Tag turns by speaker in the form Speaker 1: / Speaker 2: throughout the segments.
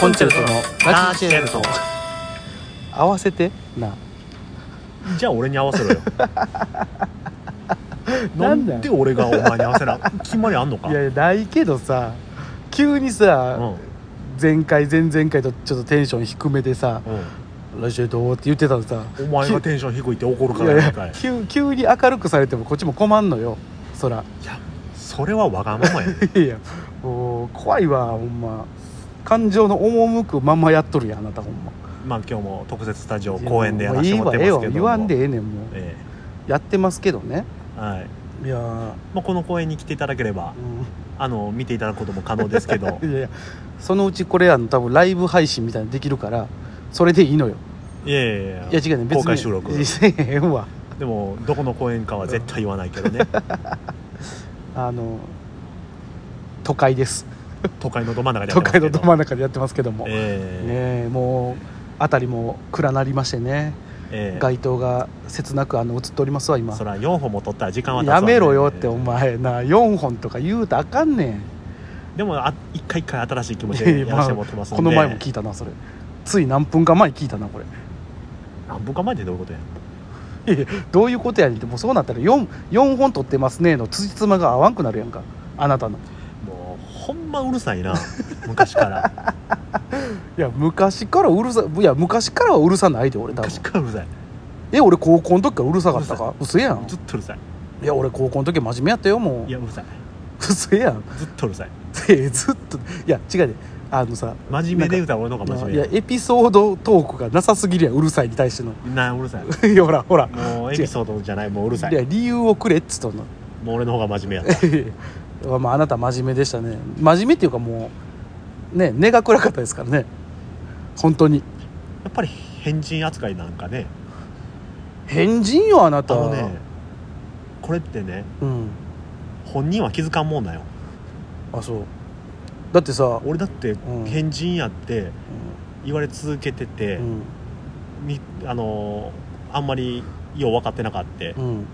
Speaker 1: コンチェルトのラジチェルト
Speaker 2: 合わせてな
Speaker 1: じゃあ俺に合わせろよな
Speaker 2: なんだ
Speaker 1: んで俺がお前に合わせな決まりあんのか
Speaker 2: いやいやないけどさ急にさ、
Speaker 1: うん
Speaker 2: 前回前々回とちょっとテンション低めでさ
Speaker 1: う
Speaker 2: 「ラジオどう?」って言ってたのさ
Speaker 1: ん、お前がテンション低いって怒る
Speaker 2: い
Speaker 1: から
Speaker 2: や
Speaker 1: やない
Speaker 2: い
Speaker 1: かい
Speaker 2: や急急に明るくされてもこっちも困んのよそら
Speaker 1: いやそれはわがままやね
Speaker 2: いやいやもう怖いわほんま感情の赴くまんまやっとるやんあなたほんま
Speaker 1: まあ今日も特設スタジオ公演でやら
Speaker 2: い
Speaker 1: せ
Speaker 2: い
Speaker 1: ても
Speaker 2: わ
Speaker 1: らっ
Speaker 2: ええ
Speaker 1: てます
Speaker 2: わ
Speaker 1: けども
Speaker 2: 言わんでええねんも
Speaker 1: え
Speaker 2: うやってますけどね
Speaker 1: えはい
Speaker 2: いやー
Speaker 1: まあ、この公演に来ていただければ
Speaker 2: う
Speaker 1: あの見ていただくことも可能ですけ ど
Speaker 2: んいやいやそのうちこれあの多分ライブ配信みたいなのできるからそれでいいのよ
Speaker 1: いやいやいや
Speaker 2: いや違うね別に
Speaker 1: 公開収録
Speaker 2: いやせえへんわ
Speaker 1: でもどこの公演かは絶対言わないけど ね
Speaker 2: あの都会です
Speaker 1: 都会のど真ん中でや
Speaker 2: 都
Speaker 1: ってますけ
Speaker 2: 会
Speaker 1: ど
Speaker 2: のど真ん中でやってますけども、
Speaker 1: ええ
Speaker 2: ねえもう辺りも暗なりまして
Speaker 1: え
Speaker 2: ね、
Speaker 1: え
Speaker 2: 街灯が切なくあの映っておりますわ今
Speaker 1: そら4本も取ったら時間は経つわ
Speaker 2: やめろよってお
Speaker 1: え
Speaker 2: 前な4本とか言うたらあかんねん
Speaker 1: えでもあ一回一回新しい気持ち
Speaker 2: いや
Speaker 1: で
Speaker 2: い
Speaker 1: や
Speaker 2: や
Speaker 1: らせてもらってますんで
Speaker 2: この前も聞いたなそれつい何分か前に聞いたなこれ
Speaker 1: 何分か前でどういうことや
Speaker 2: いやいやどういうことやねんってもうそうなったら 4, 四本取ってますねのつじつまが合わんくなるやんかあなたの
Speaker 1: もうほんまうるさいな昔から
Speaker 2: いや昔からうるさいや昔からはうるさないで俺 多分
Speaker 1: 昔からうるさい
Speaker 2: え俺高校の時からうるさかったか嘘やん
Speaker 1: ずっとうるさい
Speaker 2: いや俺高校の時真面目やったよもう
Speaker 1: いやうるさい
Speaker 2: 嘘やん
Speaker 1: ずっとうるさい
Speaker 2: えずっといや違うであのさ
Speaker 1: 真面目で言うたら俺の方が真面
Speaker 2: い
Speaker 1: 目
Speaker 2: や
Speaker 1: や
Speaker 2: エピソードトークがなさすぎるやんうるさいに対しての
Speaker 1: なうるさい
Speaker 2: いやほらほら
Speaker 1: もうエピソードじゃないもううるさい
Speaker 2: いや理由をくれっつとんの
Speaker 1: もう俺の方が真面目やった
Speaker 2: まああなた真面目でしたね真面目っていうかもうね根が暗かったですからね本当に
Speaker 1: やっぱり変人扱いなんかね
Speaker 2: 変人よあな
Speaker 1: あ
Speaker 2: た
Speaker 1: のねこれってね
Speaker 2: うん
Speaker 1: 本人は気づかんもんだよ
Speaker 2: あそうだってさ、
Speaker 1: 俺だって
Speaker 2: うん
Speaker 1: 変人やって言われ続けてて、
Speaker 2: うん
Speaker 1: みあのーあんまりよう分かってなかった、
Speaker 2: うん、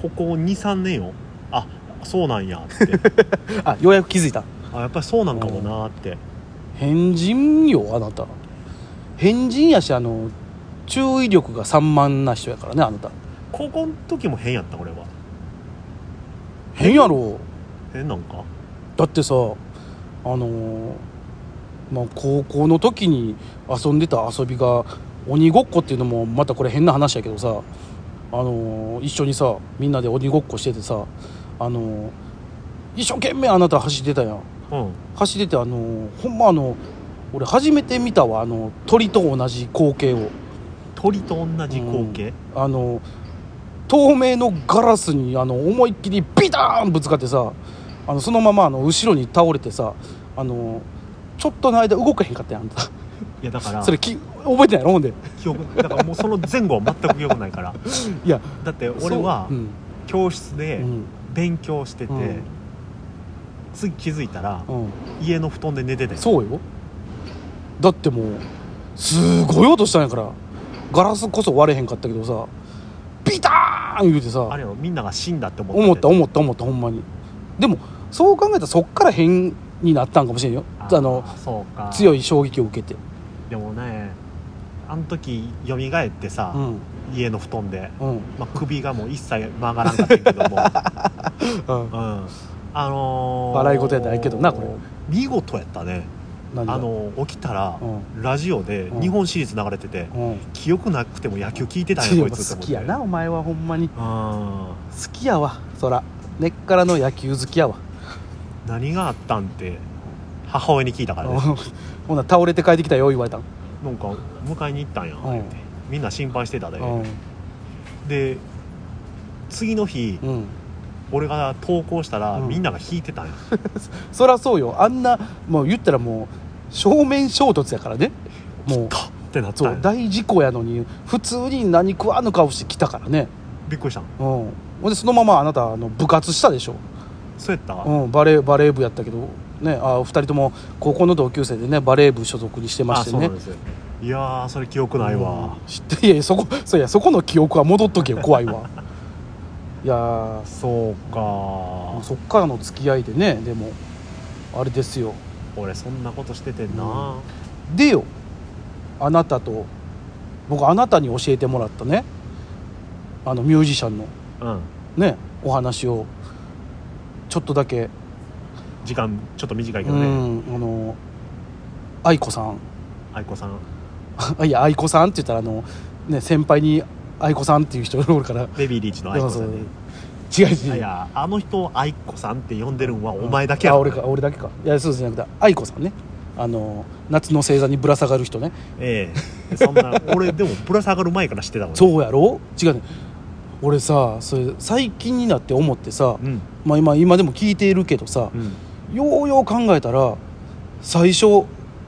Speaker 1: ここ23年よあそうなんやって
Speaker 2: あようやく気づいた
Speaker 1: あやっぱりそうなんかもなーって
Speaker 2: 変人よあなた変人やしあの注意力が散漫な人やからねあなた
Speaker 1: 高校の時も変やった俺は
Speaker 2: 変やろ
Speaker 1: 変なんか
Speaker 2: だってさあのーまあ、高校の時に遊んでた遊びが鬼ごっこっていうのもまたこれ変な話やけどさあのー一緒にさみんなで鬼ごっこしててさあのー一生懸命あなた走ってたやん
Speaker 1: うん
Speaker 2: 走っててあのーほんまあの俺初めて見たわあの鳥と同じ光景を
Speaker 1: 鳥と同じ光景、
Speaker 2: あの透明のガラスにあの思いっきりビターンぶつかってさあのそのままあの後ろに倒れてさあのちょっとの間動かへんかったやんあんた
Speaker 1: いやだから
Speaker 2: それき覚えてないのほんで
Speaker 1: 記憶だからもうその前後は全く記憶ないから
Speaker 2: いや
Speaker 1: だって 俺は
Speaker 2: そううん
Speaker 1: 教室で
Speaker 2: うん
Speaker 1: 勉強してて、
Speaker 2: うん
Speaker 1: 次気づいたら
Speaker 2: うん、
Speaker 1: 家の布団で寝てて
Speaker 2: そうよだってもうすごい音したんやからガラスこそ割れへんかったけどさビターン言うてさ
Speaker 1: あれよみんなが死んだって思ってて
Speaker 2: 思った思った思ったほんまにでもそう考えたらそっから変になったんかもしれんよあの
Speaker 1: ーそうか
Speaker 2: 強い衝撃を受けて
Speaker 1: でもねあの時蘇ってさ、
Speaker 2: うん
Speaker 1: 家の布団で、
Speaker 2: うん
Speaker 1: まあ、首がもう一切曲がらんかったけども、う ん、あのー、
Speaker 2: 笑い事やないけどなこれ
Speaker 1: 見事やったね
Speaker 2: 何が
Speaker 1: あのー起きたら、
Speaker 2: う
Speaker 1: ラジオで
Speaker 2: うん
Speaker 1: 日本シリーズ流れてて、
Speaker 2: うん
Speaker 1: 記憶なくても野球聞いてたん
Speaker 2: い
Speaker 1: や
Speaker 2: や
Speaker 1: こいつ
Speaker 2: 好きやなお前はほんまに好
Speaker 1: うん
Speaker 2: きやわそら根っからの野球好きやわ
Speaker 1: 何があったんって母親に聞いたからね
Speaker 2: ほな倒れて帰ってきたよ言われたん
Speaker 1: なんか迎えに行ったんや、
Speaker 2: うん
Speaker 1: みんな心配してたで、
Speaker 2: うん
Speaker 1: で次の日、
Speaker 2: うん
Speaker 1: 俺が投稿したら、
Speaker 2: うん
Speaker 1: みんなが引いてたんや
Speaker 2: そらそうよあんなもう言ったらもう正面衝突やからねもう
Speaker 1: 来たってなった
Speaker 2: そ
Speaker 1: ん
Speaker 2: う
Speaker 1: や
Speaker 2: 大事故やのに普通に何食わぬ顔して来たからね
Speaker 1: びっくりしたん
Speaker 2: うんほんでそのままあなたあの部活したでしょ
Speaker 1: そうやった、
Speaker 2: うん、バレーバレー部やったけど、ね、あ2人とも高校の同級生でねバレー部所属にしてま
Speaker 1: あ
Speaker 2: して
Speaker 1: そうな
Speaker 2: ね
Speaker 1: んですよいやーそれ記憶ないわ、
Speaker 2: うん知っていやいやそこそういやそこの記憶は戻っとけよ怖いわ いやー
Speaker 1: そうか
Speaker 2: そっからの付き合いでねでもあれですよ
Speaker 1: 俺そんなことしててんな、
Speaker 2: でよあなたと僕あなたに教えてもらったねあのミュージシャンの
Speaker 1: うん
Speaker 2: ねお話をちょっとだけ、
Speaker 1: 時間ちょっと短いけ
Speaker 2: う
Speaker 1: どね
Speaker 2: んあの愛子さん
Speaker 1: 愛子さん
Speaker 2: あいや愛子さんって言ったらあの、ね、先輩に愛子さんっていう人がおるから
Speaker 1: ベビーリーチの愛子さんね
Speaker 2: そう違う違う
Speaker 1: いやあの人を愛子さんって呼んでるんはお前だけや
Speaker 2: あ
Speaker 1: ろ
Speaker 2: 俺か俺だけかいやそうじゃなくて愛子さんねあの夏の星座にぶら下がる人ね
Speaker 1: ええそん な俺でもぶら下がる前から知ってたもんね
Speaker 2: そうやろ違うね俺さそれ最近になって思ってさ、
Speaker 1: うん
Speaker 2: まあ、今今でも聞いているけどさ
Speaker 1: う、ん
Speaker 2: ようよう考えたら最初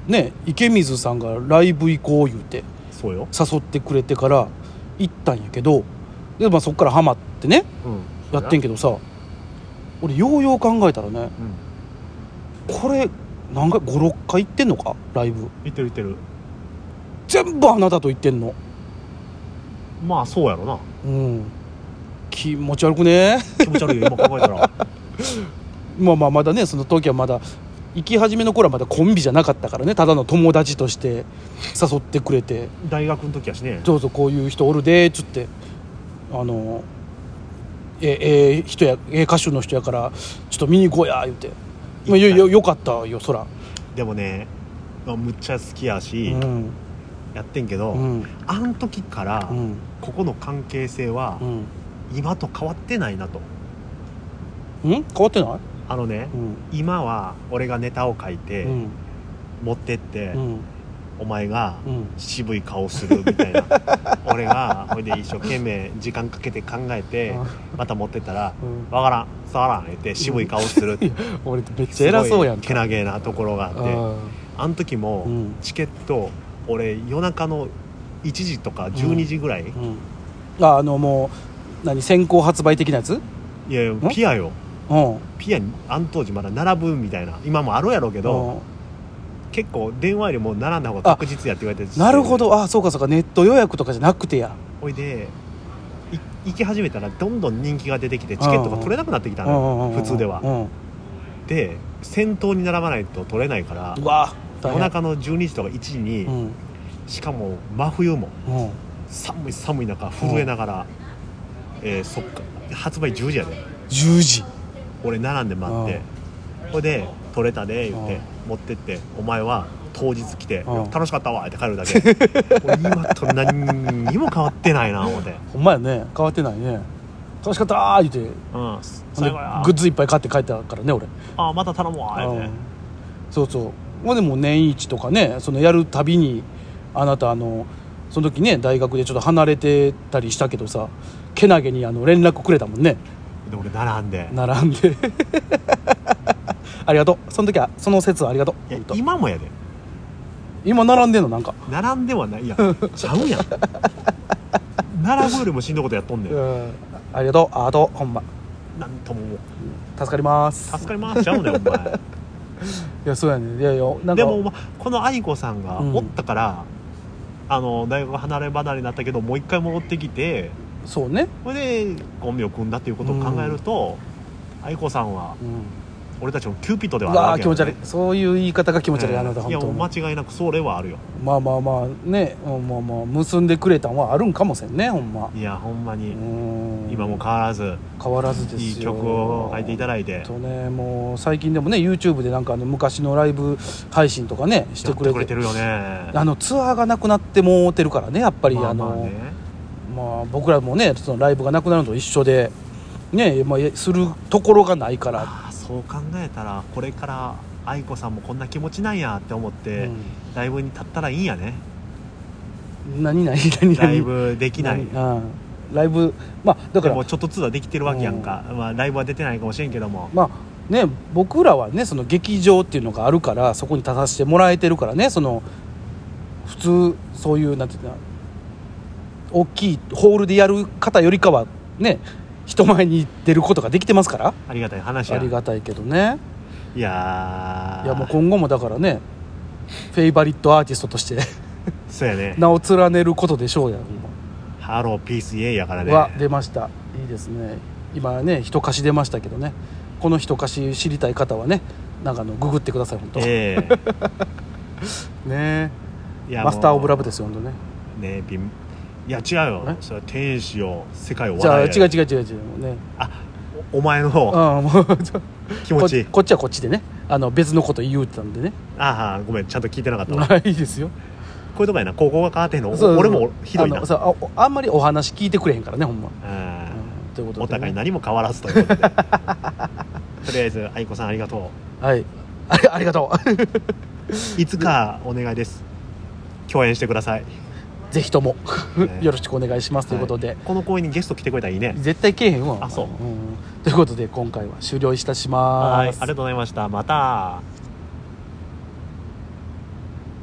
Speaker 2: ね池水さんがライブ行こう言うて
Speaker 1: そうよ
Speaker 2: 誘ってくれてから行ったんやけどで、まあ、そっからハマってね
Speaker 1: うん
Speaker 2: やってん
Speaker 1: け
Speaker 2: けどさ俺ようよう考えたらね
Speaker 1: うん
Speaker 2: これ何回56回行ってんのかライブ
Speaker 1: 言ってる言ってる
Speaker 2: 全部あなたと行ってんの
Speaker 1: まあそうやろな
Speaker 2: うん気持ち悪くね
Speaker 1: 気持ち悪いよ今考えたら
Speaker 2: まあまあまだねその時はまだ行き始めの頃はまだコンビじゃなかったからねただの友達として誘ってくれて
Speaker 1: 大学の時やしね
Speaker 2: どうぞこういう人おるでっつってあのえええ人やええ歌手の人やからちょっと見に行こうや言うて、まあ、よよよかったよそら
Speaker 1: でもねまあむっちゃ好きや
Speaker 2: う
Speaker 1: し、
Speaker 2: ん
Speaker 1: やってんけ
Speaker 2: う
Speaker 1: ど、
Speaker 2: ん
Speaker 1: あん時から、
Speaker 2: うん
Speaker 1: ここの関係性は
Speaker 2: う、ん
Speaker 1: 今と変わってないなと
Speaker 2: うん変わってない
Speaker 1: あのね、
Speaker 2: うん
Speaker 1: 今は俺がネタを書いて、
Speaker 2: うん
Speaker 1: 持ってって、
Speaker 2: うん
Speaker 1: お前が
Speaker 2: うん
Speaker 1: 渋い顔するみた いな俺がほいで一生懸命時間かけて考えて
Speaker 2: あ
Speaker 1: また持ってったら
Speaker 2: う
Speaker 1: 「
Speaker 2: ん
Speaker 1: わからん触らん」言って渋い顔するって
Speaker 2: 俺めっちゃ偉そうやん
Speaker 1: すごいけなげなところがあって
Speaker 2: あ
Speaker 1: あん時も
Speaker 2: うん
Speaker 1: チケット俺夜中の1時とか12時ぐらい、
Speaker 2: ー、うん、ああのもう何先行発売的なやつ
Speaker 1: いやいやピアよ
Speaker 2: うん
Speaker 1: ピアにあん当時まだ並ぶみたいな今もあるやろうけど結構電話よりも並んだ方が確実やって言われ
Speaker 2: う
Speaker 1: て
Speaker 2: んなるほどあそうかそうかネット予約とかじゃなくてや
Speaker 1: ほいでい行き始めたらどんどん人気が出てきてチケットが取れなくなってきたのよ普通では
Speaker 2: う
Speaker 1: で先頭に並ばないと取れないから
Speaker 2: んうわ
Speaker 1: 夜中の12時とか1時に、
Speaker 2: うんうん
Speaker 1: しかも真冬も寒い寒い中震えながら、えーそっか発売10時やで
Speaker 2: 10時
Speaker 1: 俺並んで待ってほいで「取れたで」言って持ってってお前は当日来て「
Speaker 2: うん
Speaker 1: 楽しかったわ」って帰る だけ俺今と何にも変わってないな思って
Speaker 2: ほんまやね変わってないね楽しかったー言うて
Speaker 1: うん
Speaker 2: ほん
Speaker 1: 最
Speaker 2: で
Speaker 1: 後や
Speaker 2: グッズいっぱい買って帰ったからね俺
Speaker 1: ああまた頼むわ言う
Speaker 2: う
Speaker 1: て
Speaker 2: んそうそうまあでも年一とかねそのやるたびにあなたあのその時ね大学でちょっと離れてたりしたけどさけなげにあの連絡くれたもんね
Speaker 1: で俺並んで
Speaker 2: 並んで ありがとうその時はその説はありがとう
Speaker 1: いや
Speaker 2: 本当
Speaker 1: 今もやで
Speaker 2: 今並んでんのなんか
Speaker 1: 並んでは ないいやちゃうやん並ぶよりもしんどいことやっとんねん
Speaker 2: うんありがとうあとほんま
Speaker 1: なんとももう
Speaker 2: 助かります
Speaker 1: 助かりますちゃうねんお 前
Speaker 2: いやそうやねいやいやなんか
Speaker 1: でもお前この愛子さんが
Speaker 2: うん
Speaker 1: おったから、あの大学離れ離れになったけどもう一回戻ってきて
Speaker 2: そうね、
Speaker 1: それでコンビを組んだっていうことを考えると、愛子さんは
Speaker 2: うん、
Speaker 1: 俺たちのキューピッドで
Speaker 2: う
Speaker 1: はある
Speaker 2: わ
Speaker 1: わ
Speaker 2: あ
Speaker 1: け
Speaker 2: 気持ち悪い
Speaker 1: 気
Speaker 2: そういう言い方が気持ち悪い、あなた
Speaker 1: い
Speaker 2: 本
Speaker 1: やも
Speaker 2: 当
Speaker 1: う
Speaker 2: に
Speaker 1: 間違いなくそれはあるよ
Speaker 2: まあまあまあねうんまあまあ結んでくれたんはあるんかもせんねほんま
Speaker 1: いやほんま
Speaker 2: う
Speaker 1: に、
Speaker 2: ん
Speaker 1: 今も変わらず
Speaker 2: 変わらずです
Speaker 1: い
Speaker 2: よ
Speaker 1: い曲を書いていただいて
Speaker 2: えっとねもう最近でもね YouTube でなんかあの昔のライブ配信とかねし
Speaker 1: や
Speaker 2: て
Speaker 1: って
Speaker 2: く
Speaker 1: く
Speaker 2: れて
Speaker 1: れてるよねや
Speaker 2: あのツアーがなくなってもうてるからねやっぱり、あのまあ、僕らもねそのライブがなくなるのと一緒でねまあ、するところがないから、
Speaker 1: ああそう考えたらこれから愛子さんもこんな気持ちなんやって思って、
Speaker 2: う
Speaker 1: ライブに立ったらいいんやね
Speaker 2: ん、何々何々
Speaker 1: ライブできない
Speaker 2: 何うんライブまあだか
Speaker 1: で
Speaker 2: ら
Speaker 1: もちょっとずつはできてるわけやんか、まあ、ライブは出てないかもしれんけども
Speaker 2: まあね僕らはねその劇場っていうのがあるからそこに立たせてもらえてるからねその普通そういうなんていうの大きいホールでやる方よりかはね人前に出ることができてますから
Speaker 1: ありがたい話
Speaker 2: あ
Speaker 1: や
Speaker 2: りがたいけどね
Speaker 1: いやー
Speaker 2: いやもう今後もだからねフェイバリットアーティストと して
Speaker 1: そうやね
Speaker 2: 名を連ねることでしょうや
Speaker 1: ハローピースイエイやからね
Speaker 2: は出ましたいいですね今ね一歌詞出ましたけどねこの一歌詞知りたい方はねなんかあのググってください本当、
Speaker 1: ええ
Speaker 2: ね
Speaker 1: いや
Speaker 2: マスター・オブ・ラ
Speaker 1: ブ
Speaker 2: ブですよ本当ね
Speaker 1: ねびんいや違うよ
Speaker 2: え
Speaker 1: それは天使よ世界を
Speaker 2: じゃあ
Speaker 1: 笑
Speaker 2: 違
Speaker 1: え
Speaker 2: う違う違う違うもうね
Speaker 1: おお前の
Speaker 2: ああもう ちょ
Speaker 1: 気持ち
Speaker 2: ここっちはこっちでねあの別のこと言うってたんでね
Speaker 1: ああごめんちゃんと聞いてなかったわこ
Speaker 2: まあいいですよ
Speaker 1: ういうとこやな高校が変わってんの
Speaker 2: そうそう
Speaker 1: 俺もひどい
Speaker 2: あ
Speaker 1: な
Speaker 2: のさあおあんまりお話聞いてくれへんからねほんま、
Speaker 1: あ
Speaker 2: うん、というこ
Speaker 1: ー
Speaker 2: とで、ね、
Speaker 1: お互い何も変わらずということ でとりあえず愛子さんありがと
Speaker 2: はい ありありがとう
Speaker 1: ういつかお願いです共演してください
Speaker 2: ぜひとも
Speaker 1: ね
Speaker 2: よろしくお願いしますということで、
Speaker 1: はこの公演にゲスト来てくれたらいいね
Speaker 2: 絶対けえへんわ
Speaker 1: あそうん
Speaker 2: ということで今回は終了いたしま
Speaker 1: は
Speaker 2: す
Speaker 1: いありがとうございましたまた